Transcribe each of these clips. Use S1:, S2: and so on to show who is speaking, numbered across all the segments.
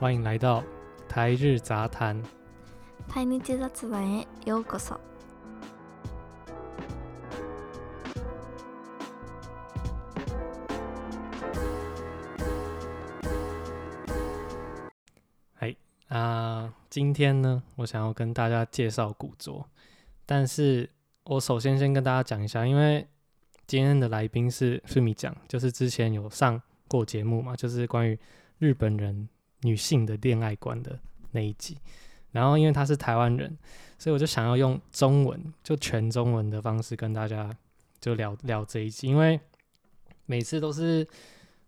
S1: 欢迎来到台日杂谈。
S2: 台日雑談へようこそ。
S1: 啊、今天呢，我想要跟大家介绍古着，但是我首先先跟大家讲一下，因为今天的来宾是是米讲，就是之前有上过节目嘛，就是关于日本人女性的恋爱观的那一集。然后因为他是台湾人，所以我就想要用中文，就全中文的方式跟大家就聊聊这一集，因为每次都是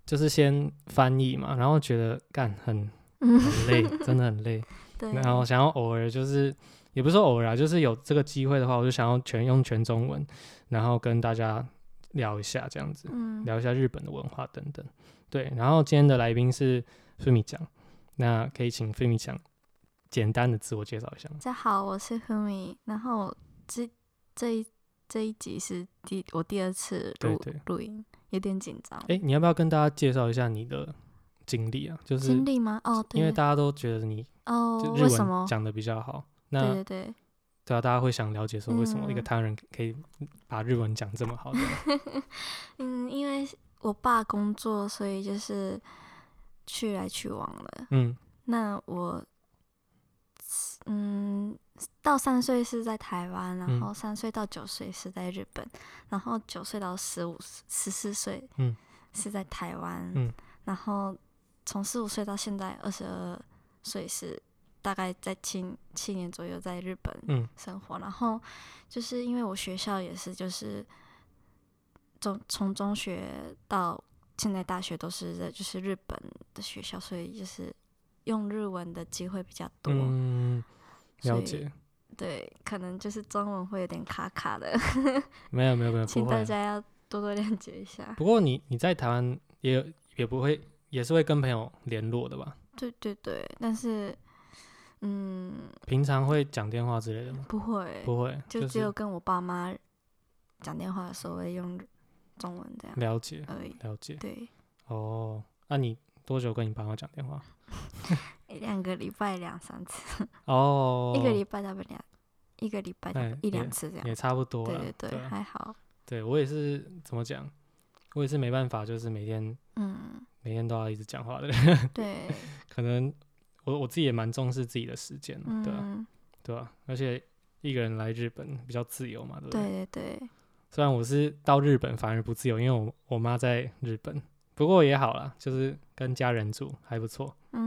S1: 就是先翻译嘛，然后觉得干很
S2: 嗯，
S1: 很累，真的很累。
S2: 对，
S1: 然后想要偶尔就是，也不是说偶尔啊，就是有这个机会的话，我就想要全用全中文，然后跟大家聊一下这样子，
S2: 嗯，
S1: 聊一下日本的文化等等。对，然后今天的来宾是 Fumi 酱，那可以请 Fumi 酱简单的自我介绍一下吗
S2: 大？家好，我是 Humi。然后这这一这一集是第我第二次
S1: 对
S2: 录
S1: 对
S2: 录音，有点紧张。
S1: 哎，你要不要跟大家介绍一下你的经历啊？就是
S2: 经历吗？哦，对，
S1: 因为大家都觉得你
S2: 哦
S1: 就，日
S2: 为什么
S1: 文？讲的比较好，那
S2: 对对对，
S1: 对啊，大家会想了解说为什么一个
S2: 嗯
S1: 台湾人可以把日文讲这么好的？
S2: 嗯，因为我爸工作，所以就是去来去往了。
S1: 嗯
S2: 那我，嗯，到三岁是在台湾，
S1: 嗯
S2: 然后三岁到九岁是在日本，然后九岁到十五十四岁，
S1: 嗯，
S2: 是在台湾，
S1: 嗯，
S2: 然后从十五岁到现在二十二岁是大概在七七年左右在日本
S1: 嗯
S2: 生活，然后就是因为我学校也是就是中从中学到现在大学都是在就是日本的学校，所以就是用日文的机会比较多。
S1: 嗯，了
S2: 所以
S1: 解。
S2: 对，可能就是中文会有点卡卡的，
S1: 没有没有没有，啊不
S2: 请大
S1: 会。啊
S2: 家要多多谅解一下。
S1: 不过你你在台湾也有也不会也是会跟朋友联络的吧？
S2: 对对对，但是嗯，
S1: 平常会讲电话之类的吗？
S2: 不会，
S1: 不会，
S2: 就只有
S1: 是
S2: 跟我爸妈讲电话的时候会用中文这样
S1: 了解
S2: 而已。
S1: 了解。
S2: 对，
S1: 哦，那你多久跟你爸妈讲电话？
S2: 一两个礼拜两三次，
S1: 哦，
S2: 一个礼拜大概两，一个礼拜大概
S1: 哎
S2: 一
S1: 也
S2: 两次这样。
S1: 也差不多
S2: 对
S1: 了。
S2: 对对，
S1: 啊
S2: 还好。
S1: 对我也是怎么讲？我也是没办法，就是每天
S2: 嗯，
S1: 每天都要一直讲话的人。
S2: 对，
S1: 可能我我自己也蛮重视自己的时间的，对啊
S2: 嗯，
S1: 对啊？而且一个人来日本比较自由嘛，对不对？
S2: 对对对，
S1: 虽然我是到日本反而不自由，因为我我妈在日本，不过也好啦，就是跟家人住还不错。
S2: 嗯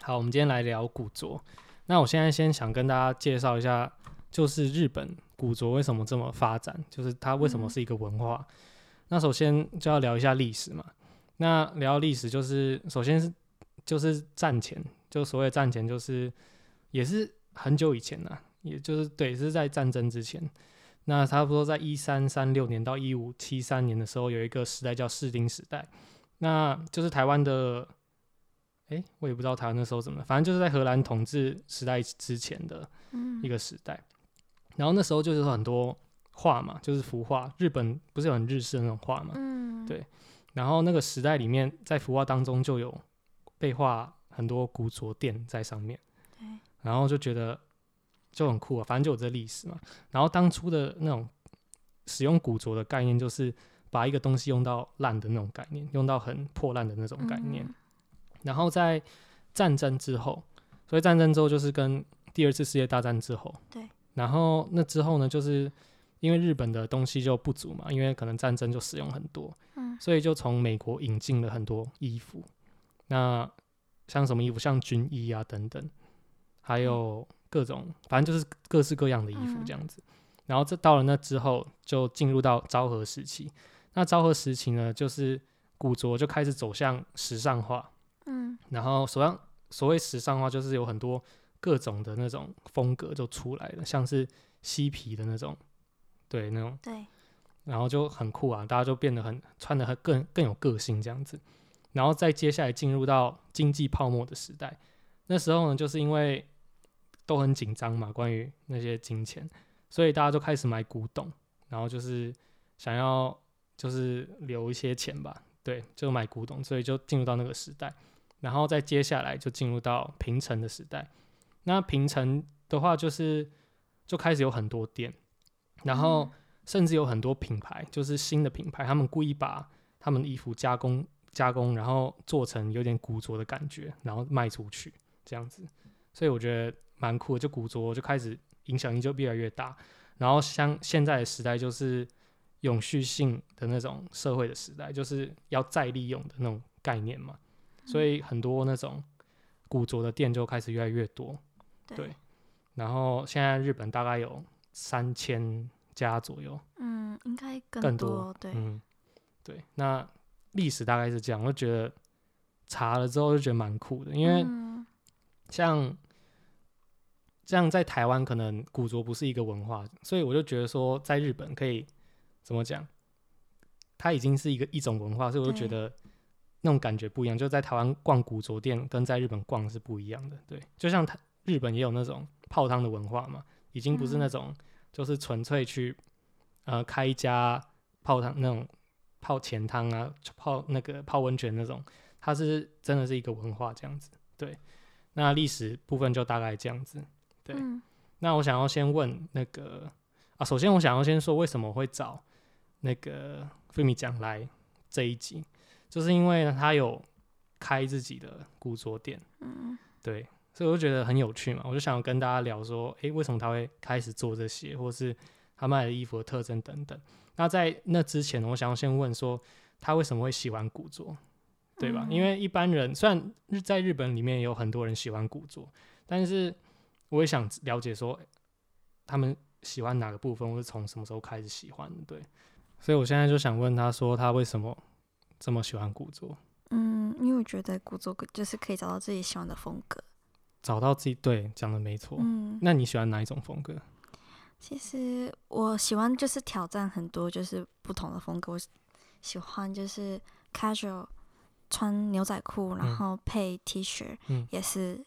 S1: 好，我们今天来聊古着。那我现在先想跟大家介绍一下，就是日本古着为什么这么发展，就是它为什么
S2: 嗯
S1: 是一个文化。那首先就要聊一下历史嘛。那聊到历史，就是首先是就是战前，就所谓战前就是也是很久以前啦，也就是对是在战争之前。那差不多在一三三六年到一五七三年的时候，有一个时代叫士林时代，那就是台湾的，诶，我也不知道台湾那时候怎么了，反正就是在荷兰统治时代之前的
S2: 嗯，
S1: 一个时代。然后那时候就是有很多画嘛，就是幅画，日本不是有很日式的那种画嘛，
S2: 嗯，
S1: 对然后那个时代里面，在幅画当中就有被画很多古着店在上面，
S2: 对，
S1: 然后就觉得就很酷啊，反正就有这历史嘛。然后当初的那种使用古着的概念，就是把一个东西用到烂的那种概念，用到很破烂的那种概念。
S2: 嗯
S1: 然后在战争之后，所以战争之后就是跟第二次世界大战之后，
S2: 对。
S1: 然后那之后呢，就是因为日本的东西就不足嘛，因为可能战争就使用很多，
S2: 嗯
S1: 所以就从美国引进了很多衣服。那像什么衣服，像军衣啊等等，还有各种，反正就是各式各样的衣服
S2: 嗯
S1: 这样子。然后这到了那之后，就进入到昭和时期。那昭和时期呢，就是古着就开始走向时尚化，
S2: 嗯
S1: 然后所样所谓时尚化，就是有很多各种的那种风格就出来了，像是嬉皮的那种，对那种，
S2: 对，
S1: 然后就很酷啊，大家就变得很穿的很更更有个性这样子。然后再接下来进入到经济泡沫的时代，那时候呢，就是因为都很紧张嘛，关于那些金钱，所以大家就开始买古董，然后就是想要就是留一些钱吧，对，就买古董，所以就进入到那个时代。然后再接下来就进入到平城的时代。那平城的话，就是就开始有很多店，然后甚至有很多品牌，就是新的品牌，他们故意把他们的衣服加工加工，然后做成有点古着的感觉，然后卖出去这样子。所以我觉得蛮酷的，就古着就开始影响力就越来越大。然后像现在的时代，就是永续性的那种社会的时代，就是要再利用的那种概念嘛。所以很多那种古着的店就开始越来越多。对
S2: 对，
S1: 然后现在日本大概有三千家左右，
S2: 嗯，应该
S1: 更
S2: 更
S1: 多
S2: 多，对，
S1: 嗯，对，那历史大概是这样，我就觉得查了之后就觉得蛮酷的，因为
S2: 嗯
S1: 像像在台湾可能古着不是一个文化，所以我就觉得说在日本可以怎么讲，它已经是一个一种文化，所以我就觉
S2: 对
S1: 得那种感觉不一样，就在台湾逛古着店跟在日本逛是不一样的，对，就像台日本也有那种泡汤的文化嘛，已经不是那
S2: 嗯
S1: 种就是纯粹去呃开一家泡汤那种泡钱汤啊，泡那个泡温泉那种，它是真的是一个文化这样子。对，那历史部分就大概这样子。对
S2: 嗯
S1: 那我想要先问那个啊，首先我想要先说为什么会找那个费米讲来这一集，就是因为呢他有开自己的古着店，
S2: 嗯
S1: 对，所以我就觉得很有趣嘛，我就想要跟大家聊说，诶，为什么他会开始做这些，或是他卖的衣服的特征等等。那在那之前，我想要先问说，他为什么会喜欢古着，对吧？
S2: 嗯
S1: 因为一般人虽然日在日本里面也有很多人喜欢古着，但是我也想了解说，诶他们喜欢哪个部分，或是从什么时候开始喜欢的，对。所以我现在就想问他说，他为什么这么喜欢古着？
S2: 嗯，因为我觉得古着就是可以找到自己喜欢的风格，
S1: 找到自己对讲的没错。
S2: 嗯，
S1: 那你喜欢哪一种风格？
S2: 其实我喜欢就是挑战很多就是不同的风格，我喜欢就是 casual 穿牛仔裤，
S1: 嗯
S2: 然后配 T 恤，
S1: 嗯
S2: 也是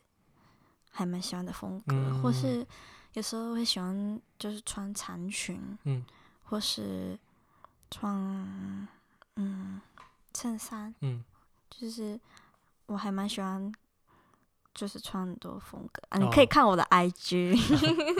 S2: 还蛮喜欢的风格，或
S1: 嗯
S2: 是有时候会喜欢就是穿长裙，
S1: 嗯，
S2: 或是穿嗯衬衫，
S1: 嗯，
S2: 就是我还蛮喜欢。就是穿很多风格，啊、你可以
S1: 哦
S2: 看我的 IG，、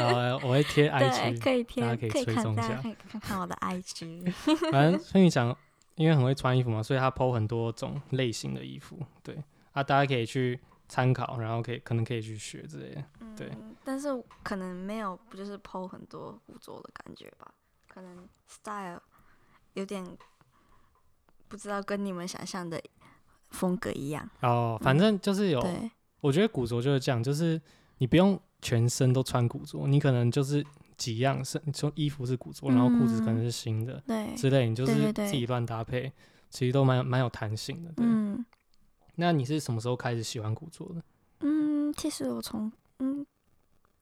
S1: 好，呃我会贴
S2: 对，
S1: IG，
S2: 可以
S1: 大家
S2: 贴，
S1: 可以追
S2: 看
S1: 踪一
S2: 大
S1: 下
S2: 家可以看看我的 IG。
S1: 反正春雨讲，因为很会穿衣服嘛，所以他 PO 很多种类型的衣服，对啊，大家可以去参考，然后可以可能可以去学之类的。 对
S2: 嗯，但是我可能没有，不就是 PO 很多古着的感觉吧？可能 style 有点不知道跟你们想象的风格一样。
S1: 哦，反正就是有，
S2: 嗯对，
S1: 我觉得古着就是这样，就是你不用全身都穿古着，你可能就是几样，是你说衣服是古着，然后裤子可能是新的、
S2: 对，
S1: 之类，你就
S2: 嗯对
S1: 是
S2: 对对
S1: 自己乱搭配，其实都蛮有蛮有弹性的。对，
S2: 嗯
S1: 那你是什么时候开始喜欢古着的？
S2: 嗯，其实我从嗯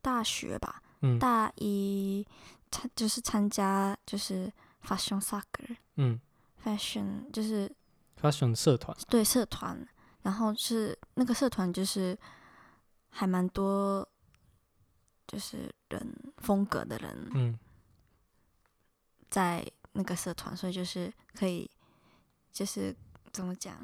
S2: 大学吧，
S1: 嗯
S2: 大一参就是参加就是 fashion soccer。
S1: 嗯
S2: fashion 就是
S1: ，fashion 社团，
S2: 对社团，然后是那个社团就是还蛮多，就是人风格的人
S1: 嗯。
S2: 在那个社团，所以就是可以，就是怎么讲，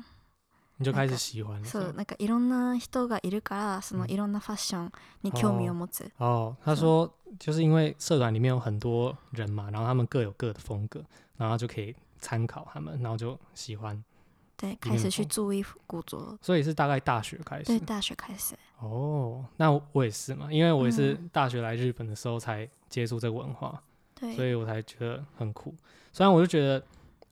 S1: 你就
S2: な
S1: 开
S2: んか
S1: 始喜欢了是
S2: そう
S1: 吗。
S2: なんかいろんな人がいるから、そのいろんなファッションに興味を持つ。
S1: 哦，他
S2: 是
S1: 说就是因为社团里面有很多人嘛，然后他们各有各的风格，然后就可以参考他们，然后就喜欢，
S2: 对，
S1: 面
S2: 开
S1: 的
S2: 始去
S1: 风
S2: 注意古着。
S1: 所以是大概大学开
S2: 对，
S1: 始。
S2: 大学开始。
S1: 哦，那我我也是嘛，因为我也是
S2: 嗯
S1: 大学来日本的时候才接触这个文化，所
S2: 对，
S1: 以我才觉得很酷。虽然我就觉得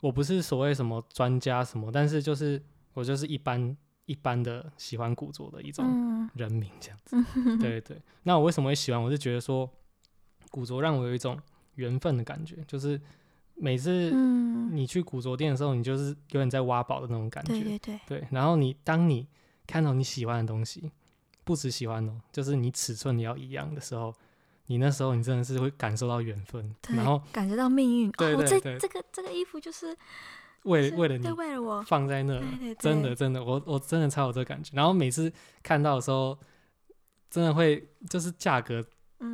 S1: 我不是所谓什么专家什么，但是就是我就是一般一般的喜欢古着的一种
S2: 嗯，
S1: 人名这样子。对对，那我为什么会喜欢？我是觉得说，古着让我有一种缘分的感觉，就是每次
S2: 嗯，
S1: 你去古着店的时候，你就是有点在挖宝的那种感觉。
S2: 对对对，
S1: 对然后你当你看到你喜欢的东西，不止喜欢哦，就是你尺寸也要一样的时候，你那时候你真的是会感受到缘分，
S2: 对
S1: 然后
S2: 感觉到命运。
S1: 对
S2: 哦，我
S1: 对
S2: 这
S1: 对
S2: 这个这个衣服就是
S1: 为
S2: 是
S1: 为了你
S2: 对为了我，
S1: 放在那，
S2: 对对
S1: 真
S2: 对
S1: 的真的，我我真的超有这个感觉。然后每次看到的时候，真的会就是价格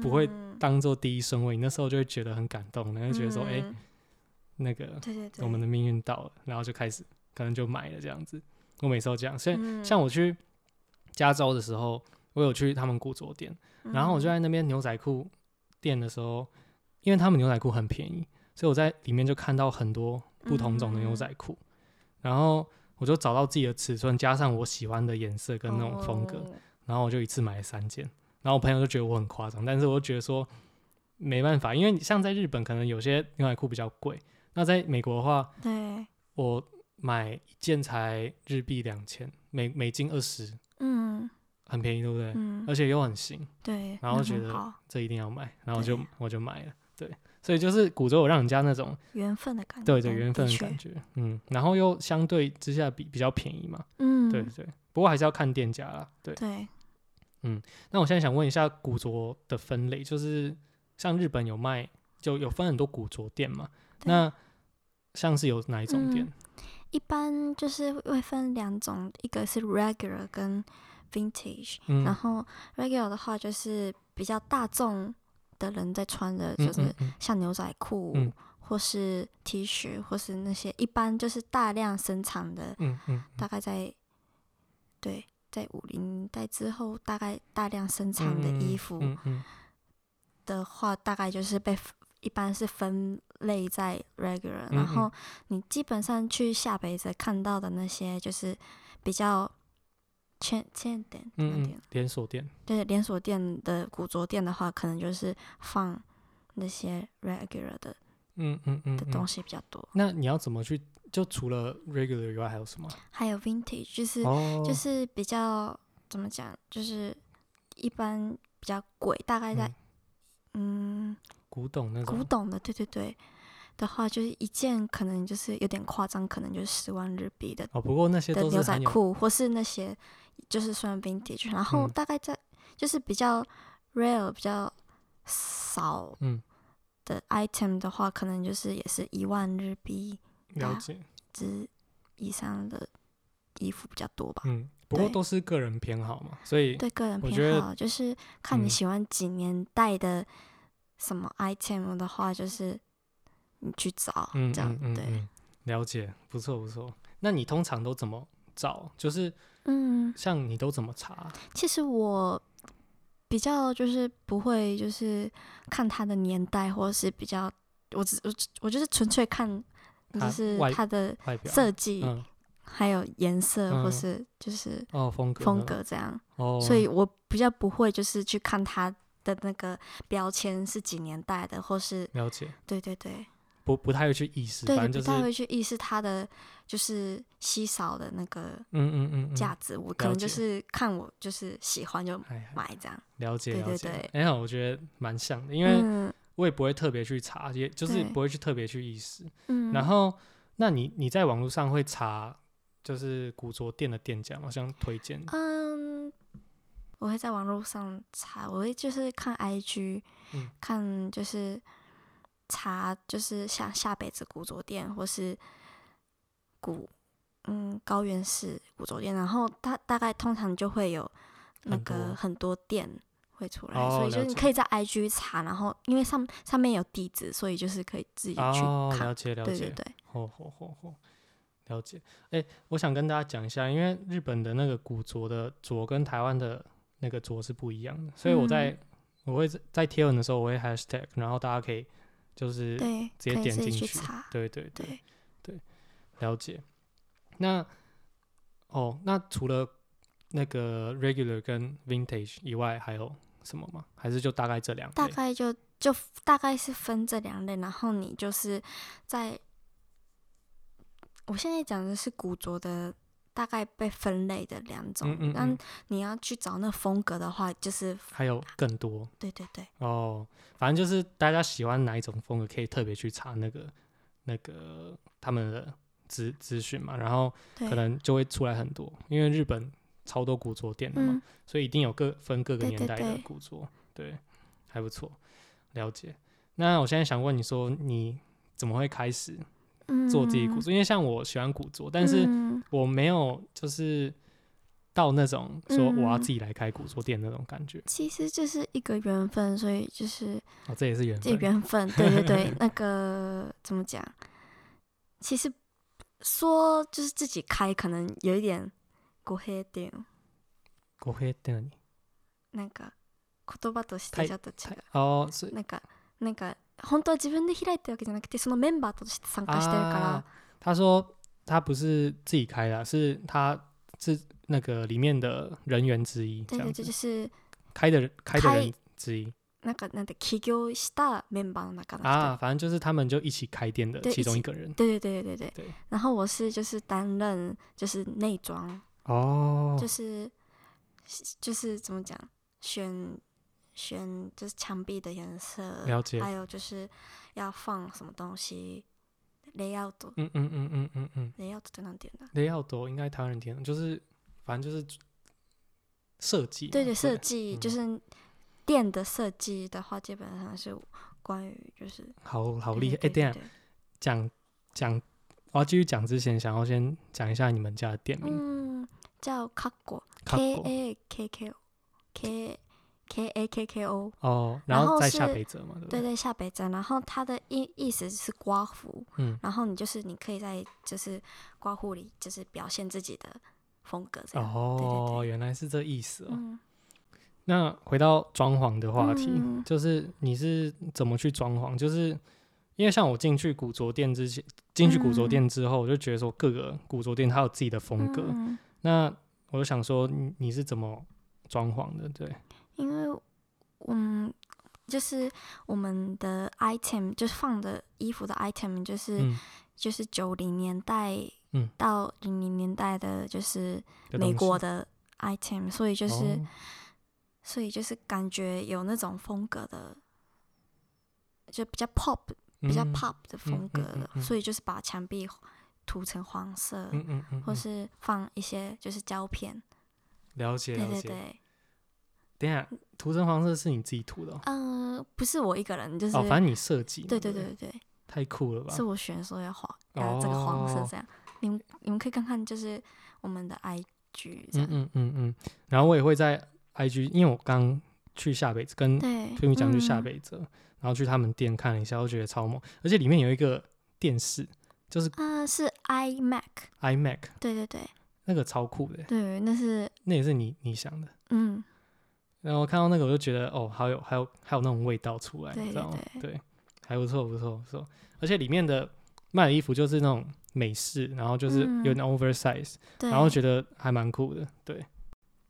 S1: 不会
S2: 嗯
S1: 当做第一顺位，你那时候就会觉得很感动，然后就觉得说，哎、
S2: 嗯
S1: 那个
S2: 对对对，
S1: 我们的命运到了，然后就开始可能就买了这样子。我每次都这样，所以、
S2: 嗯
S1: 像我去加州的时候，我有去他们古着店，然后我就
S2: 嗯
S1: 在那边牛仔裤店的时候，因为他们牛仔裤很便宜，所以我在里面就看到很多不同种的牛仔裤，
S2: 嗯
S1: 然后我就找到自己的尺寸，加上我喜欢的颜色跟那种风格，
S2: 哦
S1: 然后我就一次买了三件。然后我朋友就觉得我很夸张，但是我就觉得说没办法，因为像在日本可能有些牛仔裤比较贵，那在美国的话，
S2: 对，
S1: 我买一件才日币两千，美美金二十，
S2: 嗯
S1: 很便宜，对不对？
S2: 嗯，
S1: 而且又很新，
S2: 对，
S1: 然后
S2: 那
S1: 觉
S2: 很
S1: 得
S2: 好
S1: 这一定要买，然后我
S2: 对
S1: 就我就买了。对，所以就是古着有让人家那种
S2: 缘分的感觉，
S1: 对对缘分
S2: 哦的
S1: 的
S2: 确
S1: 感觉，嗯，然后又相对之下比比较便宜嘛，
S2: 嗯，
S1: 对对。不过还是要看店家啦，对。
S2: 对，
S1: 那我现在想问一下古着的分类，就是像日本有卖，就有分很多古着店嘛？
S2: 对
S1: 那像是有哪一种店？
S2: 一般就是会分两种，一个是 regular 跟 vintage，、
S1: 嗯
S2: 然后 regular 的话就是比较大众的人在穿的，
S1: 嗯
S2: 就是
S1: 嗯嗯
S2: 像牛仔裤、
S1: 嗯
S2: 或是 T 恤，或是那些一般就是大量生产的，
S1: 嗯嗯
S2: 大概在对在五零年代之后，大概大量生产的衣服
S1: 嗯嗯
S2: 的话，大概就是被分一般是分类在 regular，、
S1: 嗯
S2: 然后你基本上去下北泽看到的那些就是比较欠欠点
S1: 嗯
S2: 那
S1: 嗯
S2: 点
S1: 嗯，连锁店，
S2: 对连锁店的古着店的话，可能就是放那些 regular 的
S1: 嗯嗯嗯
S2: 的
S1: 嗯
S2: 东西比较多，
S1: 那你要怎么去？就除了 regular 以外，还有什么？
S2: 还有 vintage 就是、
S1: 哦，
S2: 就是比较怎么讲，就是一般比较贵，大概在嗯
S1: 古董那种。
S2: 古董的，对对对。的话，就是一件可能就是有点夸张，可能就是十万日币的
S1: 哦，不过那些
S2: 的
S1: 都是
S2: 牛仔
S1: 很有
S2: 裤，或是那些就是算 vintage，然后
S1: 嗯
S2: 大概在、就是比较 rare 比较少
S1: 嗯
S2: 的 item 的话，可能就是也是一万日币
S1: 了
S2: 啊
S1: 解，
S2: 之以上的衣服比较多吧。
S1: 嗯，不过
S2: 对
S1: 都是个人偏好嘛，所以
S2: 对个人
S1: 我觉
S2: 偏
S1: 得
S2: 好，就是看
S1: 嗯
S2: 你喜欢几年代的什么 item 的话，就是你去找、
S1: 嗯
S2: 这样
S1: 嗯嗯
S2: 对，
S1: 嗯，了解，不错不错。那你通常都怎么找？就是
S2: 嗯，
S1: 像你都怎么查？
S2: 其实我比较就是不会就是看它的年代，或者是比较我只我只我就是纯粹看
S1: 它
S2: 就是
S1: 外
S2: 它的
S1: 外表
S2: 设计，
S1: 嗯
S2: 还有颜色，或
S1: 嗯
S2: 是就是
S1: 哦风格
S2: 风
S1: 呢
S2: 格这样，
S1: 哦，
S2: 所以我比较不会就是去看它的那个标签是几年代的，或是
S1: 了解
S2: 对对对
S1: 不不太会去意识，
S2: 对，
S1: 反
S2: 你
S1: 正
S2: 不
S1: 就是
S2: 太会去意识它的就是稀少的那个
S1: 嗯嗯嗯嗯
S2: 价值，我可能就
S1: 解
S2: 是看我就是喜欢就
S1: 哎呀
S2: 买这样，
S1: 了解
S2: 对
S1: 了
S2: 对
S1: 解
S2: 对，
S1: 哎呀，我觉得蛮像的，因为
S2: 嗯
S1: 我也不会特别去查，也就是
S2: 对
S1: 不会去特别去意识。
S2: 嗯，
S1: 然后，那你你在网络上会查就是古着店的店家吗？像推荐
S2: 嗯，我会在网络上查，我会就是看 IG，、
S1: 嗯
S2: 看就是查就是像下北子古着店或是古嗯高原市古着店，然后它大概通常就会有那
S1: 很
S2: 个
S1: 多
S2: 很多店会出来，
S1: 哦
S2: 所以就
S1: 了
S2: 是你
S1: 解
S2: 可以在 IG 查，然后因为上上面有地址，所以就是可以自己呃去
S1: 哦，
S2: 看，
S1: 了解了
S2: 对
S1: 解
S2: 对，对，
S1: 吼吼吼吼，了解。哎、我想跟大家讲一下，因为日本的那个古着的着跟台湾的那个着是不一样的，所以我
S2: 嗯
S1: 在、我会在在贴文的时候我会 hashtag，然后大家可以就是
S2: 对，
S1: 直接
S2: 可以
S1: 点
S2: 自己
S1: 进
S2: 去
S1: 去
S2: 查，
S1: 对对对
S2: 对，
S1: 了解。那哦，那除了那个 regular 跟 vintage 以外，还有什么吗？还是就大概这两
S2: 大
S1: 类？
S2: 概就就大概是分这两类，然后你就是在我现在讲的是古着的大概被分类的两种，
S1: 嗯嗯
S2: 那
S1: 嗯
S2: 你要去找那风格的话，就是
S1: 还有更多
S2: 对对对，
S1: 哦，反正就是大家喜欢哪一种风格，可以特别去查那个那个他们的资资讯嘛，然后
S2: 对
S1: 可能就会出来很多，因为日本超多古着店的嘛，
S2: 嗯
S1: 所以一定有各分各个
S2: 对
S1: 年
S2: 对
S1: 代的
S2: 对
S1: 古着，对，还不错，了解。那我现在想问你说，你怎么会开始
S2: 嗯
S1: 做自己古着？因为像我喜欢古着，但是
S2: 嗯
S1: 我没有就是到那种说我要
S2: 嗯
S1: 自己来开古着店那种感觉，
S2: 其实就是一个缘分，所以就是
S1: 哦，这也是缘
S2: 这
S1: 分，
S2: 缘分，对对 对，那个怎么讲？其实说就是自己开，可能有一点过黑点，
S1: 語弊って何
S2: なんか言葉としてちょっと違う
S1: ああ、そう
S2: なんかなんか本当は自分で開いてるわけじゃなくてそのメンバーとして参加してるから
S1: あー啊他说他不是自己开的，是他是那个里面的人员之一，这
S2: 对
S1: 样
S2: 对对
S1: 子
S2: 就是
S1: 开的人开的
S2: 开
S1: 人之一
S2: なんかなんて起業したメンバーの中の人、
S1: 啊，反正就是他们就一起开店的
S2: 嗯对
S1: 其
S2: 一
S1: 中
S2: 起
S1: 一个人
S2: 对对对对对
S1: 对
S2: 然后我是就是担任就是内装，
S1: 哦
S2: 就是就是怎么讲，选选就是墙壁的颜色，
S1: 了解
S2: 还有就是要放什么东西，layout
S1: 嗯嗯嗯嗯嗯嗯
S2: layout 在哪点的？
S1: ，layout 应该台湾人听，就是反正就是设计嘛，
S2: 对对，设计
S1: 嗯
S2: 就是店的设计的话，基本上是关于就是
S1: 好好
S2: 对
S1: 厉害。哎、
S2: 对
S1: 等一下
S2: 对对
S1: 讲讲，我要继续讲之前，想要先讲一下你们家的店名，
S2: 嗯，叫 Kako K
S1: Kako
S2: A K K O K K A K K O，
S1: 哦，
S2: 然
S1: 然后
S2: 后
S1: 在下
S2: 是
S1: 北泽嘛，对不
S2: 对
S1: 对？
S2: 对，下北站。然后它的意意思是刮胡，
S1: 嗯，
S2: 然后你就是你可以在就是刮胡里就是表现自己的风格这样。
S1: 哦，
S2: 对
S1: 原来是这意思哦。
S2: 嗯，
S1: 那回到装潢的话题，
S2: 嗯
S1: 就是你是怎么去装潢？就是因为像我进去古着店之前，进去古
S2: 嗯
S1: 着店之后，我就觉得说各个古着店它有自己的风格。
S2: 嗯
S1: 那我就想说你你是怎么装潢的？对，
S2: 因为嗯，就是我们的 item 就是放的衣服的 item 就是、
S1: 嗯，
S2: 就是九零年代
S1: 嗯
S2: 到零零年代的，就是
S1: 的东
S2: 美
S1: 西
S2: 国的 item，所以就是、
S1: 哦
S2: 所以就是感觉有那种风格的，就比较 pop 比较
S1: 嗯
S2: pop 的风格的，
S1: 嗯嗯嗯
S2: 所以就是把墙壁涂成黄色，
S1: 嗯嗯嗯，
S2: 或
S1: 嗯
S2: 是放一些就是胶片。
S1: 了解
S2: 对
S1: 了
S2: 对
S1: 解。
S2: 对，
S1: 等一下涂成黄色是你自己涂的哦，
S2: 嗯，不是我一个人，就是、
S1: 哦反正你设计嘛，
S2: 对对
S1: 对不
S2: 对对对，
S1: 太酷了吧
S2: 是？我选说要黄，要这个黄色
S1: 哦
S2: 这样。你们你们可以看看，就是我们的 IG
S1: 嗯
S2: 这样。
S1: 嗯嗯嗯，然后我也会在 IG，因为我刚去下北跟
S2: 对，
S1: 推米嗯讲去下
S2: 嗯
S1: 北泽，然后去他们店看了一下，我觉得超猛，而且里面有一个电视，就是
S2: 啊、是 iMac，
S1: iMac，
S2: 对对对
S1: 那个超酷的，
S2: 对，那是
S1: 那也是你你想的。
S2: 嗯，
S1: 然后看到那个，我就觉得哦，还有还有还有那种味道出来，
S2: 对
S1: 你知
S2: 对
S1: 道吗？对，还不错不错不错，而且里面的卖的衣服就是那种美式，然后就是
S2: 嗯
S1: 有点 oversize，、
S2: 对。
S1: 然后觉得还蛮酷的，对。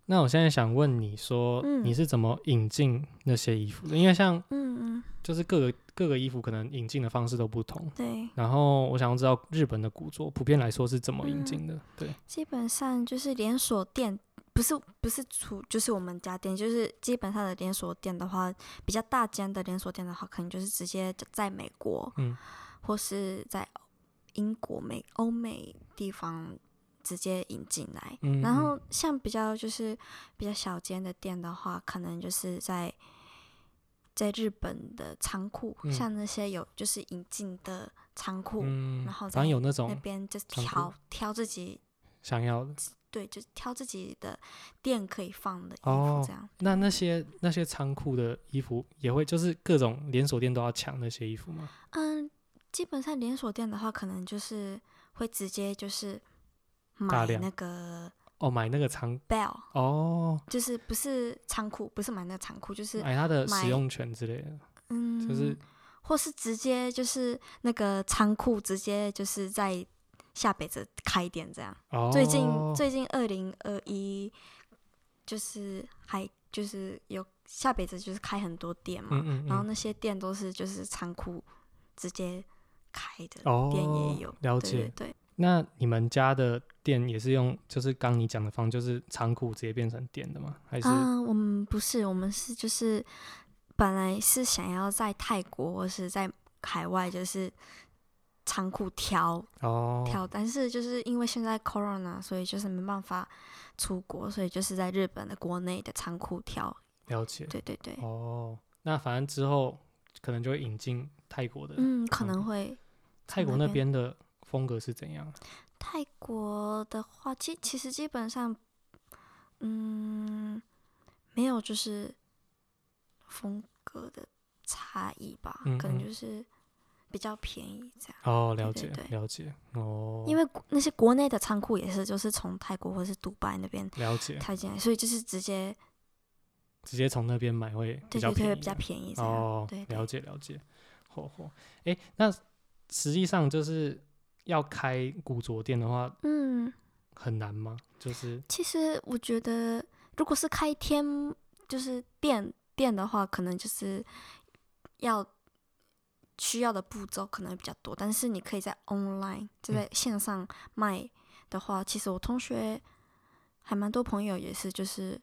S1: 那我现在想问你说，
S2: 嗯
S1: 你是怎么引进那些衣服的？因为像
S2: 嗯嗯，
S1: 就是各个各个衣服可能引进的方式都不同。
S2: 对，
S1: 然后我想要知道日本的古着普遍来说是怎么引进
S2: 嗯
S1: 的？对，
S2: 基本上就是连锁店，不是不是除就是我们家店，就是基本上的连锁店的话，比较大间的连锁店的话，可能就是直接就在美国，
S1: 嗯，
S2: 或是在英国、美欧美地方直接引进来。
S1: 嗯
S2: 然后像比较就是比较小间的店的话，可能就是在在日本的仓库，
S1: 嗯
S2: 像那些有就是引进的仓库，
S1: 嗯，
S2: 然后
S1: 反正
S2: 再
S1: 有那
S2: 那
S1: 种
S2: 边就是
S1: 仓库
S2: 挑挑自己
S1: 想要的。
S2: 对，就是挑自己的店可以放的衣
S1: 哦
S2: 服这样。
S1: 那那些那些仓库的衣服也会，就是各种连锁店都要抢那些衣服吗？
S2: 嗯，基本上连锁店的话，可能就是会直接就是
S1: 大
S2: 买
S1: 量
S2: 那个
S1: 哦，买那个仓
S2: bell，
S1: 哦，
S2: 就是不是仓库，不是买那个仓库，就是
S1: 买它的
S2: 买
S1: 使用权之类的，
S2: 嗯，
S1: 就是
S2: 或是直接就是那个仓库直接就是在下北泽开店这样。
S1: 哦，
S2: 最近最近二零二一就是还就是有下北泽就是开很多店嘛，
S1: 嗯嗯
S2: 然后
S1: 嗯
S2: 那些店都是就是仓库直接开的，
S1: 哦
S2: 店也有
S1: 了
S2: 对对
S1: 解。
S2: 对，
S1: 那你们家的店也是用，就是刚你讲的方，就是仓库直接变成店的吗？还是、
S2: 啊，我们不是，我们是就是本来是想要在泰国或是在海外就是仓库挑
S1: 哦
S2: 挑，但是就是因为现在 corona，所以就是没办法出国，所以就是在日本的国内的仓库挑，
S1: 了解
S2: 对对对，
S1: 哦？那反正之后可能就会引进泰国的，
S2: 嗯，可
S1: 仓
S2: 能
S1: 库
S2: 会
S1: 泰国那边的风格是怎样啊？
S2: 泰国的话，其其实基本上，嗯，没有就是风格的差异吧，
S1: 嗯
S2: 可能
S1: 嗯
S2: 就是比较便宜这样。
S1: 哦，
S2: 对
S1: 了
S2: 对
S1: 解
S2: 对
S1: 了解哦，
S2: 因为国那些国内的仓库也是，就是从泰国或是杜拜那边
S1: 了解，
S2: 开进来，所以就是直接
S1: 直接从那边买会比
S2: 对
S1: 较
S2: 对
S1: 便
S2: 对
S1: 宜，
S2: 比较便宜这样。
S1: 哦，
S2: 对对
S1: 了解了解，嚯嚯，哎，那实际上就是要开古着店的话
S2: 嗯，
S1: 很难吗？就是
S2: 其实我觉得，如果是开天就是店店的话，可能就是要需要的步骤可能比较多，但是你可以在 online 就
S1: 嗯
S2: 在线上卖的话，其实我同学还蛮多朋友也是就是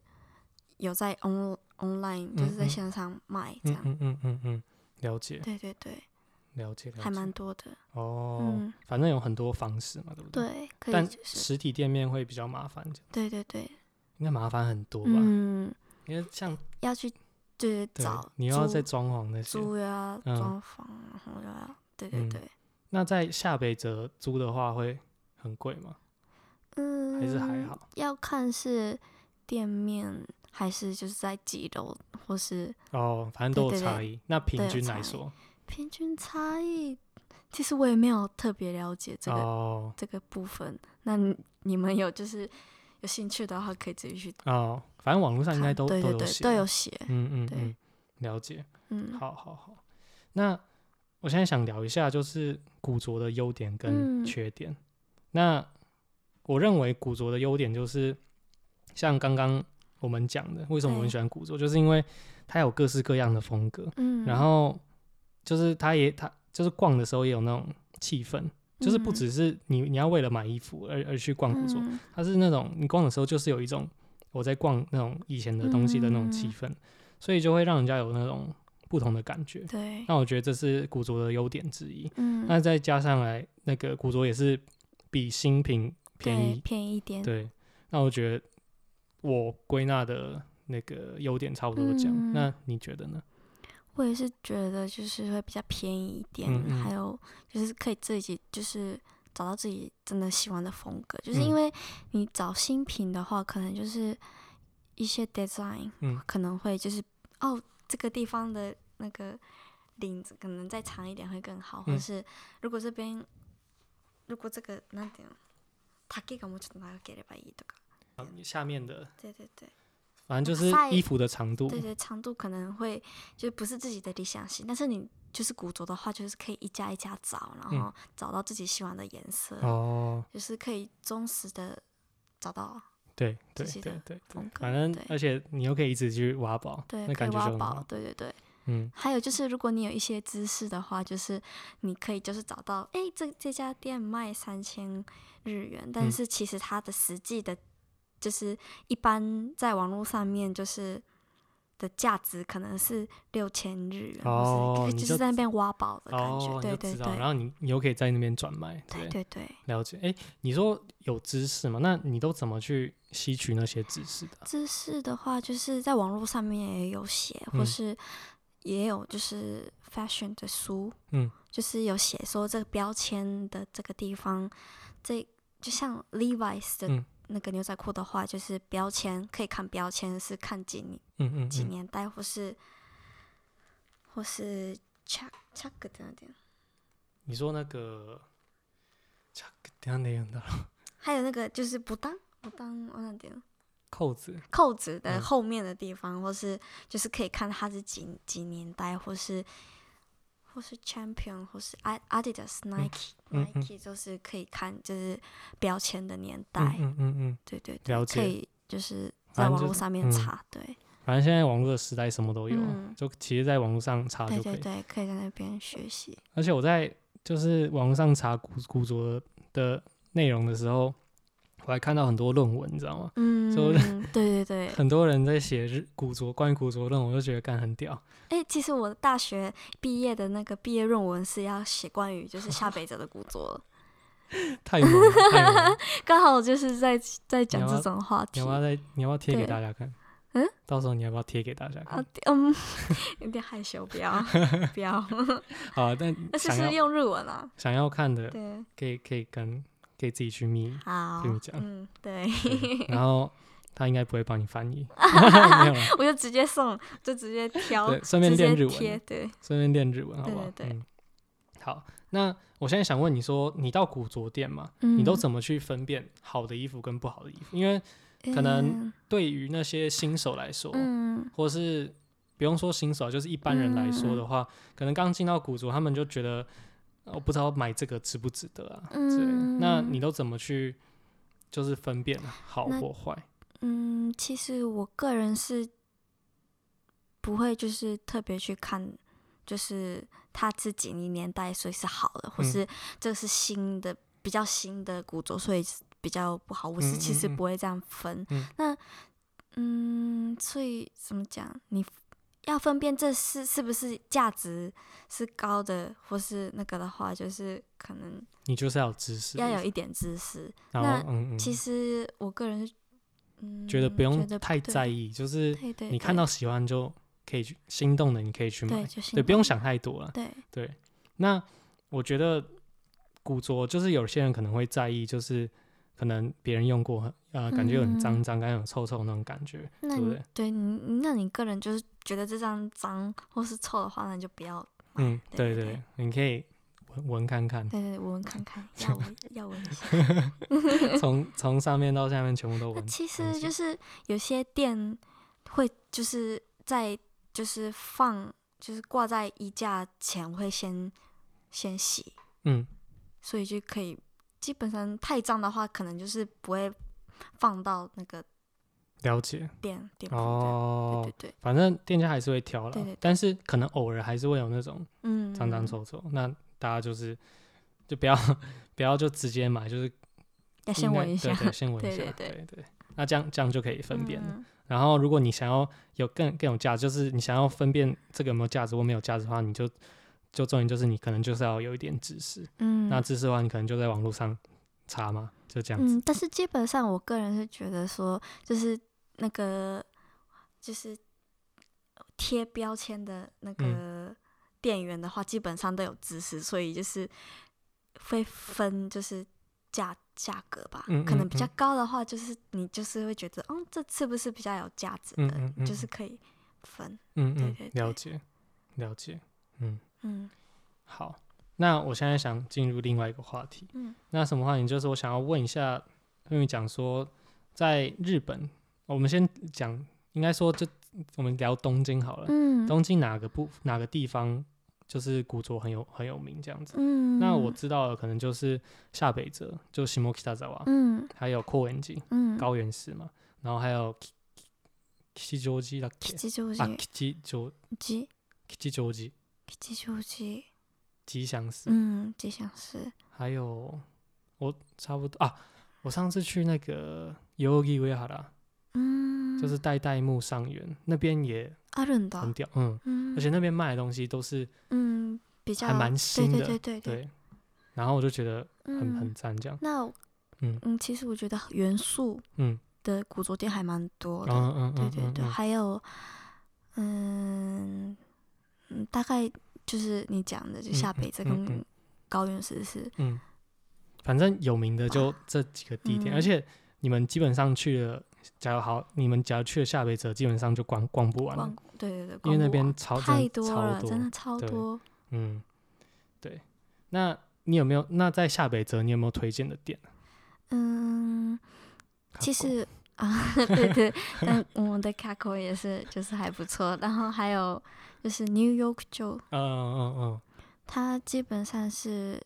S2: 有在 on online 就
S1: 嗯
S2: 是在
S1: 嗯
S2: 线上卖这
S1: 嗯
S2: 样，
S1: 嗯嗯嗯嗯，了解
S2: 对对对，
S1: 了解了
S2: 还蛮
S1: 解，
S2: 多的，
S1: 哦，
S2: 嗯，
S1: 反正有很多方式嘛，对不对？
S2: 对，可以
S1: 但
S2: 就是
S1: 实体店面会比较麻烦，
S2: 对对对，
S1: 应该麻烦很多吧？
S2: 嗯，
S1: 因为像
S2: 要去就是
S1: 对
S2: 找，
S1: 你又要
S2: 租
S1: 在装潢那些，
S2: 租呀、
S1: 嗯
S2: 装潢，然后又要，对对
S1: 嗯
S2: 对，
S1: 那在下北泽租的话会很贵吗？
S2: 嗯，
S1: 还是还，好？
S2: 要看是店面还是就是在几楼，或是
S1: 哦，反正都有
S2: 对对对
S1: 差异。那平
S2: 对有
S1: 均来
S2: 差异
S1: 说，
S2: 平均差异。其实我也没有特别了解这个、
S1: 哦
S2: 这个部分，那你你们有就是有兴趣的话，可以自己去
S1: 哦，反正网络上应该
S2: 看，
S1: 都
S2: 对对
S1: 有
S2: 对
S1: 写，
S2: 都有写，
S1: 嗯嗯
S2: 对
S1: 嗯，了解。
S2: 嗯
S1: 好好好，那我现在想聊一下，就是古着的优点跟
S2: 嗯
S1: 缺点。那我认为古着的优点就是，像刚刚我们讲的，为什么我们
S2: 对
S1: 喜欢古着，就是因为它有各式各样的风格，
S2: 嗯，
S1: 然后就是它也它就是逛的时候也有那种气氛，就是不
S2: 嗯
S1: 只是你你要为了买衣服而而去逛古着，
S2: 嗯
S1: 它是那种你逛的时候就是有一种我在逛那种以前的东西的那种气
S2: 嗯
S1: 氛，所以就会让人家有那种不同的感觉。
S2: 对，
S1: 那我觉得这是古着的优点之一。
S2: 嗯，
S1: 那再加上来，那个古着也是比新品便
S2: 对
S1: 宜，
S2: 便宜一点，
S1: 对。那我觉得我归纳的那个优点差不多讲，
S2: 嗯
S1: 那你觉得呢？
S2: 我也是觉得就是会比较便宜一点，
S1: 嗯嗯
S2: 还有就是可以自己就是找到自己真的喜欢的风格，就是
S1: 嗯
S2: 因为你找新品的话，可能就是一些 design，、
S1: 嗯
S2: 可能会就是哦这个地方的那个领子可能再长一点会更好，或
S1: 嗯
S2: 者是如果这边如果这个那点。丈がもうちょっと長ければいいとか，
S1: 下面的，
S2: 对对对
S1: 反正就是
S2: 晒
S1: 衣服的长度，
S2: 对对，长度可能会就不是自己的理想型，但是你就是古着的话，就是可以一家一家找，然
S1: 嗯
S2: 后找到自己喜欢的颜色，
S1: 哦，
S2: 就是可以忠实的找到
S1: 对对
S2: 自己
S1: 对
S2: 的
S1: 对对，
S2: 风格。
S1: 反正
S2: 对
S1: 而且你又可以一直去挖宝，
S2: 对，
S1: 那
S2: 可以
S1: 感觉就
S2: 挖
S1: 很
S2: 宝
S1: 好，，
S2: 对对对。
S1: 嗯
S2: 还有就是，如果你有一些知识的话，就是你可以就是找到，哎，这这家店卖三千日元，但
S1: 嗯
S2: 是其实它的实际的，就是一般在网络上面就是的价值可能是六千日元，
S1: 哦
S2: 或是
S1: 你
S2: 就
S1: 就是
S2: 在那边挖宝的感觉，
S1: 哦，你
S2: 对
S1: 就
S2: 对
S1: 知
S2: 对
S1: 道，，然后你你又可以在那边转卖，
S2: 对对对，
S1: 了解，哎、你说有知识嘛？那你都怎么去吸取那些知识的啊？
S2: 知识的话，就是在网络上面也有写，
S1: 嗯
S2: 或是也有就是 fashion 的书，
S1: 嗯，
S2: 就是有写说这个标签的这个地方，这就像 Levi's 的
S1: 嗯
S2: 那个牛仔裤的话，就是标签可以看标签是看几年
S1: 嗯嗯
S2: 几
S1: 嗯，
S2: 年代，或是或是 check check 的那点，
S1: 你说那个，这样那样的
S2: 还有那个就是不当不当那点。
S1: 扣子，
S2: 扣子
S1: 嗯
S2: 的后面的地方，或是就是可以看它是几几年代，或是或是 Champion，或是 Ad- Adidas、Nike、
S1: 嗯嗯
S2: Nike，就是可以看就是标签的年代，
S1: 嗯嗯嗯嗯，
S2: 对对
S1: 了
S2: 对，
S1: 解
S2: 可以就是
S1: 反
S2: 在
S1: 正
S2: 网
S1: 就
S2: 络
S1: 是
S2: 上
S1: 嗯
S2: 面查，对
S1: 反正现在网络的时代什么都有啊，
S2: 嗯
S1: 就其实在网络上查
S2: 对
S1: 就可以。
S2: 对对，可以在那边学习，
S1: 而且我在就是网络上查古古着的内容的时候，我还看到很多论文，你知道吗？
S2: 嗯，
S1: 就
S2: 对对对，
S1: 很多人在写日古着关于古着的论文，我就觉得干很屌。
S2: 哎、其实我大学毕业的那个毕业论文是要写关于 就是下北泽的古着了，
S1: 太猛了！太猛了！
S2: 刚好就是在在讲
S1: 要不
S2: 这
S1: 要
S2: 种话
S1: 你
S2: 题
S1: 要不。要再你要不要贴给
S2: 对
S1: 大家看？
S2: 嗯，
S1: 到时候你要不要贴给大家看
S2: 啊？，嗯， 有点害羞，不 要不要，
S1: 好，但
S2: 而且
S1: 想
S2: 是
S1: 要
S2: 用日文啊，
S1: 想要看的，
S2: 对，
S1: 可以可以跟可以自己去密，
S2: 好
S1: 听你，讲
S2: 嗯，对，
S1: 对然后他应该不会帮你翻 译，没有啦，
S2: 我就直接送，就直接挑
S1: 对，顺便练日
S2: 直接
S1: 文啊
S2: 贴，对，
S1: 顺便练日文好不好？
S2: 对对对
S1: 嗯好，那我现在想问你说，你到古着店嘛，
S2: 嗯
S1: 你都怎么去分辨好的衣服跟不好的衣服？因为可能对于那些新手来说，
S2: 嗯，嗯
S1: 或是不用说新手啊，就是一般人来说的话，
S2: 嗯
S1: 可能刚进到古着，他们就觉得呃我不知道买这个值不值得啊之类的。
S2: 嗯
S1: 那你都怎么去就是分辨好
S2: 那
S1: 或坏？
S2: 嗯，其实我个人是不会就是特别去看，就是他自己你年代所以是好的，
S1: 嗯
S2: 或是这是新的比较新的古着，所以是比较不好。我是
S1: 嗯
S2: 其实
S1: 嗯嗯
S2: 不会这样分。
S1: 嗯
S2: 那嗯，所以怎么讲？你要分辨这是是不是价值是高的，或是那个的话，就是可能
S1: 你就是要有知识，
S2: 要有一点知识。
S1: 然
S2: 那
S1: 后嗯嗯，
S2: 其实我个人是。嗯，
S1: 觉得不用太
S2: 对
S1: 在意，就是
S2: 对对，
S1: 你看
S2: 对
S1: 到喜欢就可以去心动的，你可以去买
S2: 对，，就
S1: 对，
S2: 是
S1: 不用想太多了。
S2: 对，
S1: 对，那我觉得古着就是有些人可能会在意，就是可能别人用过很，呃，感觉很脏脏、感觉很臭臭那种感觉，
S2: 嗯那
S1: 对不
S2: 你
S1: 对？
S2: 对你那你个人就是觉得这张脏或是臭的话，那你就不要。
S1: 嗯，
S2: 对
S1: 对
S2: 对
S1: 对，你可以闻闻看看，
S2: 对对对，我闻看看，要闻要闻一下。
S1: 从从上面到下面全部都
S2: 那
S1: 闻。
S2: 其
S1: 闻
S2: 实
S1: 一下
S2: 就是有些店会就是在就是放就是挂在衣架前会先先洗，
S1: 嗯，
S2: 所以就可以基本上太脏的话，可能就是不会放到那个
S1: 了解
S2: 店店铺这样。
S1: 哦。
S2: 对对对，
S1: 反正店家还是会挑
S2: 对对
S1: 啦
S2: 对，
S1: 但是可能偶尔还是会有那种
S2: 嗯，
S1: 脏脏臭臭，那大家就是就不要 不要就直接买，就是
S2: 要先
S1: 应该
S2: 闻一下，
S1: 对 对，先闻一
S2: 对
S1: 下，
S2: 对对
S1: 对对。那这样这样就可以分辨了。
S2: 嗯
S1: 然后，如果你想要有更更有价值，就是你想要分辨这个有没有价值或没有价值的话，你就就重点就是你可能就是要有一点知识。
S2: 嗯，
S1: 那知识的话，你可能就在网络上查嘛，就这样子。
S2: 嗯，但是基本上我个人是觉得说，就是那个就是贴标签的那
S1: 嗯
S2: 个店员的话，基本上都有知识，所以就是会分就是价价格吧。
S1: 嗯
S2: 可能
S1: 嗯
S2: 比较
S1: 嗯
S2: 高的话，就是你就是会觉得，嗯，这是不是比较有价值的？
S1: 嗯嗯嗯
S2: 就是可以分。
S1: 嗯嗯，
S2: 对对对
S1: 了解了解。
S2: 嗯
S1: 好，那我现在想进入另外一个话题。
S2: 嗯
S1: 那什么话题？就是我想要问一下，因为讲说在日本，我们先讲，应该说就我们聊东京好了。
S2: 嗯
S1: 东京哪个部哪个地方就是古着很有很有名这样子。
S2: 嗯。
S1: 那我知道的可能就是下北泽，就西莫吉大泽瓦，
S2: 嗯
S1: 还有阔文吉、
S2: 嗯，
S1: 高原寺嘛，然后还有吉吉吉的
S2: 吉吉秋吉
S1: 啊，吉吉
S2: 吉
S1: 吉吉吉
S2: 吉秋吉，
S1: 吉祥寺，
S2: 嗯，吉祥寺。
S1: 还有我差不多啊，我上次去那个尤吉维哈拉，
S2: 嗯，
S1: 就是代代木上原那边也
S2: あるんだ。
S1: 很屌，嗯，
S2: 嗯，
S1: 而且那边卖的东西都是
S2: 嗯比较
S1: 还蛮新的
S2: 对对对对
S1: 对，然后我就觉得
S2: 对，
S1: 很很
S2: 嗯
S1: 赞这样，
S2: 那我
S1: 嗯
S2: 嗯，其实我觉得元素
S1: 嗯，
S2: 的古着店还蛮多的，
S1: 嗯嗯
S2: 对
S1: 嗯
S2: 对
S1: 嗯
S2: 对，
S1: 嗯，
S2: 还有嗯嗯，大概就是你讲的，就
S1: 嗯
S2: 下北这
S1: 嗯嗯
S2: 跟
S1: 嗯
S2: 高原寺是
S1: 嗯，反正有名的就这几个地点，
S2: 嗯
S1: 而且你们基本上去了，假如好，你们假如去了下北泽，基本上就逛逛不完了
S2: 逛，，对
S1: 因
S2: 对对，
S1: 为
S2: 逛
S1: 那
S2: 不
S1: 边
S2: 完
S1: 超真的
S2: 太多
S1: 超
S2: 了，
S1: 多
S2: 真的超
S1: 对
S2: 多。
S1: 嗯，对。那你有没有？那在下北泽，你有没有推荐的店？啊
S2: 嗯，其
S1: 看过
S2: 实啊，对对，但嗯我们的卡口也是就是还不错，然后还有就是 New York Joe。
S1: 嗯嗯嗯
S2: 它基本上是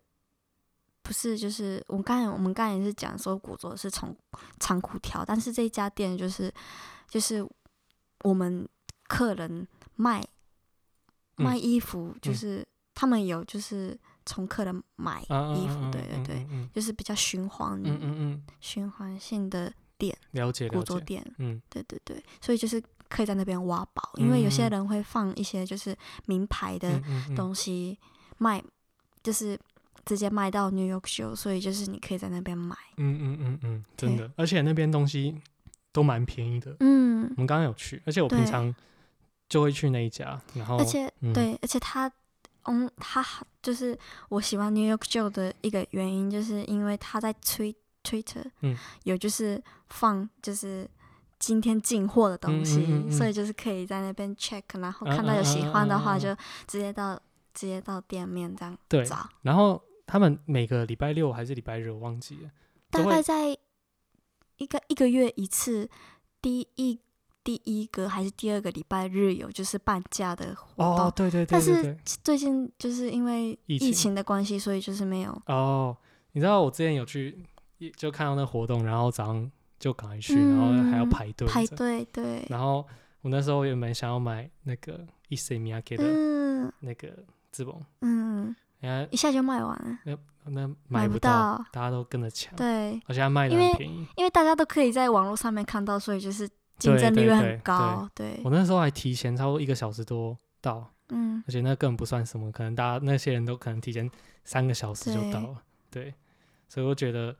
S2: 不是就是我刚才我们刚才也是讲说古着是从长裤挑，但是这一家店就是就是我们客人卖
S1: 嗯
S2: 卖衣服，就
S1: 嗯
S2: 是、他们有就是从客人买，
S1: 嗯嗯，
S2: 衣服
S1: 嗯
S2: 对对对，
S1: 嗯
S2: 就是比较循环、
S1: 嗯嗯嗯嗯，
S2: 循环性的
S1: 了解
S2: 古
S1: 了
S2: 着
S1: 解，
S2: 店，
S1: 嗯
S2: 对对对，所以就是可以在那边挖宝，因为有些
S1: 嗯
S2: 人会放一些就是名牌的。
S1: 嗯嗯嗯，
S2: 东西卖，就是直接卖到 New York Show，所以就是你可以在那边买。
S1: 嗯嗯嗯嗯，真的，而且那边东西都蛮便宜的。
S2: 嗯
S1: 我，们刚刚有去，而且我平
S2: 对
S1: 常就会去那一家，然后
S2: 而且、
S1: 嗯
S2: 对，而且它，嗯，它好就是我喜欢 New York Show 的一个原因，就是因为它在 Twi- Twitter，
S1: 嗯
S2: 有就是放就是。今天进货的东西，
S1: 嗯嗯嗯嗯
S2: 所以就是可以在那边 check，然后
S1: 啊
S2: 看到有喜欢的
S1: 啊啊啊
S2: 话
S1: 啊
S2: 就直接到直接到店面这样
S1: 对
S2: 找，
S1: 然后他们每个礼拜六还是礼拜日，我忘记了，都
S2: 大
S1: 会
S2: 概在一个一个月一次，第一第一个还是第二个礼拜日有就是半价的活动，
S1: 哦，对对对
S2: 但
S1: 对
S2: 是
S1: 对，
S2: 最近就是因为
S1: 疫
S2: 疫
S1: 情
S2: 情的关系，所以就是没有。
S1: 哦，你知道我之前有去，一就看到那活动，然后早上就赶快去，然后还要
S2: 嗯
S1: 排队
S2: 排
S1: 这样
S2: 队，对，
S1: 然后我那时候原本想要买那个伊塞米亚给的
S2: 嗯
S1: 那个自봉，
S2: 嗯，
S1: 人家
S2: 一下就卖完了，
S1: 那
S2: 买
S1: 买
S2: 不
S1: 不到，
S2: 到
S1: 大家都跟着抢，
S2: 对，
S1: 而且它卖的
S2: 因
S1: 很
S2: 为
S1: 便宜。
S2: 因为大家都可以在网络上面看到，所以就是竞
S1: 对
S2: 争
S1: 对
S2: 力
S1: 对
S2: 会很
S1: 对
S2: 高，对
S1: 我，那时候还提前超过一个小时多到，
S2: 嗯，
S1: 而且那根本不算什么，可能大家那些人都可能提前三个小时就
S2: 对
S1: 到了，对，所以我觉得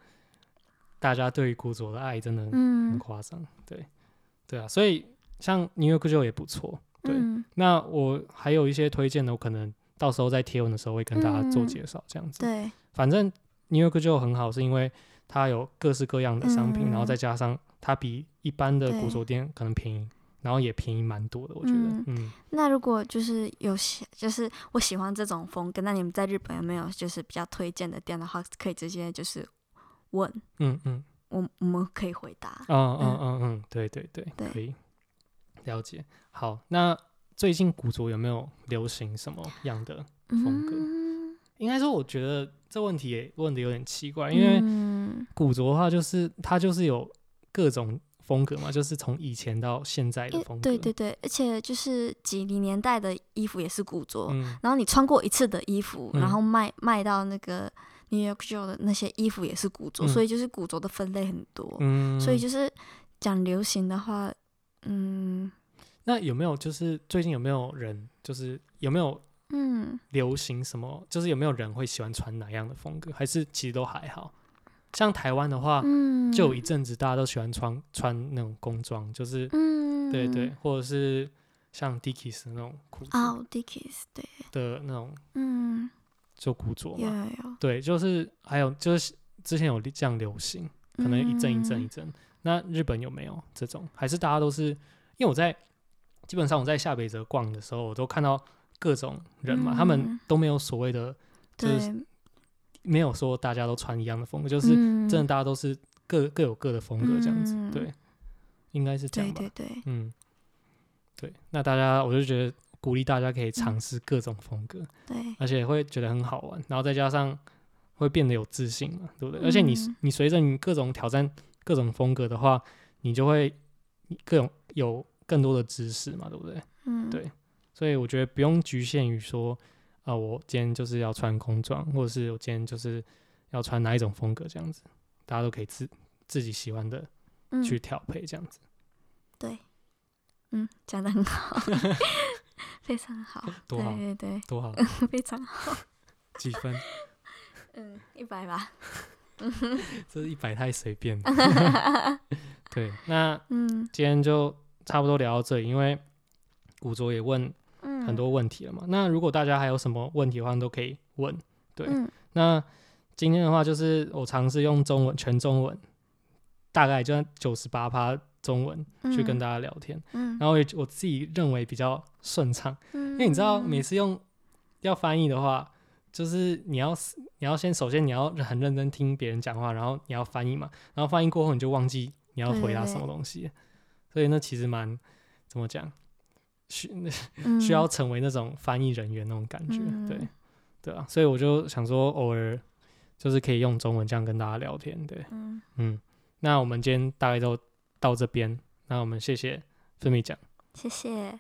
S1: 大家对于古着的爱真的很
S2: 嗯
S1: 夸张，对，对啊，所以像 New York Joe 也不错，对
S2: 嗯，
S1: 那我还有一些推荐的，我可能到时候在贴文的时候会跟大家做
S2: 嗯
S1: 介绍，这样子。
S2: 对，
S1: 反正 New York 就很好，是因为它有各式各样的商品，然后
S2: 嗯
S1: 再加上它比一般的古
S2: 对
S1: 着店可能便宜，然后也便宜蛮多的，我觉得。嗯
S2: 嗯那如果就是有喜，就是我喜欢这种风格，那你们在日本有没有就是比较推荐的店的话，可以直接就是问
S1: 嗯嗯
S2: 我，我们可以回答。
S1: 嗯嗯嗯嗯，对对对，
S2: 对
S1: 可以了解。好，那最近古着有没有流行什么样的？风格
S2: 嗯，
S1: 应该说，我觉得这问题也问的有点奇怪，因为
S2: 嗯
S1: 古着的话，就是它就是有各种风格嘛，就是从以前到现在
S2: 因
S1: 的
S2: 为
S1: 风格。
S2: 对对对，而且就是几零年代的衣服也是古着，
S1: 嗯，
S2: 然后你穿过一次的衣服，
S1: 嗯
S2: 然后卖卖到那个 New York Joe 的那些衣服也是古着，
S1: 嗯
S2: 所以就是古着的分类很多，
S1: 嗯
S2: 所以就是讲流行的话，嗯
S1: 那有没有就是最近有没有人就是有没有
S2: 嗯。
S1: 流行什么？就是有没有人会喜欢穿哪样的风格？还是其实都还好？像台湾的话，
S2: 嗯，
S1: 就有一阵子大家都喜欢穿穿那种工装，就是、
S2: 嗯，
S1: 对对，或者是像 Dickies 的那种裤子
S2: 哦，Dickies 对，
S1: 的那种
S2: 嗯，
S1: 就古着
S2: 有
S1: 嘛。
S2: 有有，
S1: 对，就是还有就是之前有这样流行，可能一阵一
S2: 嗯
S1: 阵一阵。那日本有没有这种？还是大家都是因为我在基本上我在下北泽逛的时候，我都看到各种人嘛，他们
S2: 嗯
S1: 都没有所谓的，
S2: 对，
S1: 就是没有说大家都穿一样的风格，就是真的
S2: 嗯
S1: 大家都是各各有各的风格这样子。
S2: 嗯
S1: 对，应该是这
S2: 对
S1: 样吧。
S2: 对对，
S1: 嗯，对。那大家我就觉得鼓励大家可以尝试各种风格，
S2: 对，
S1: 而且会觉得很好玩，然后再加上会变得有自信嘛，对不对？而且你
S2: 嗯
S1: 你随着你各种挑战、各种风格的话，你就会各种有更多的知识嘛，对不对？
S2: 嗯，
S1: 对所以我觉得不用局限于说啊、我今天就是要穿工装，或者是我今天就是要穿哪一种风格这样子，大家都可以自自己喜欢的
S2: 嗯
S1: 去调配这样子。
S2: 对，嗯，讲的很好， 非常好，
S1: 多好
S2: 对对
S1: 多好，
S2: 对，非常好，
S1: 几分？
S2: 嗯，一百吧，
S1: 这一百太随便了。 对，那
S2: 嗯
S1: 今天就差不多聊到这里，因为古着也问
S2: 嗯，
S1: 很多问题了嘛。那如果大家还有什么问题的话，都可以问。对
S2: 嗯
S1: 那今天的话，就是我尝试用中文，全中文，大概就九十八趴中文去跟
S2: 嗯
S1: 大家聊天，
S2: 嗯，
S1: 然后也我自己认为比较顺畅，
S2: 因
S1: 因为你知道每
S2: 次
S1: 次用要翻译的话。就是你要你要先首先你要很认真听别人讲话，然后你要翻译嘛，然后翻译过后你就忘记你要
S2: 对对
S1: 回答什
S2: 对
S1: 么东西了，所以那其实蛮怎么讲，需需要成为那种翻译人员那种感觉，对
S2: 嗯
S1: 对啊，所以我就想说，偶尔就是可以用中文这样跟大家聊天，对，
S2: 嗯，
S1: 嗯，那我们今天大概都到这边，那我们谢谢芬米讲，
S2: 谢谢，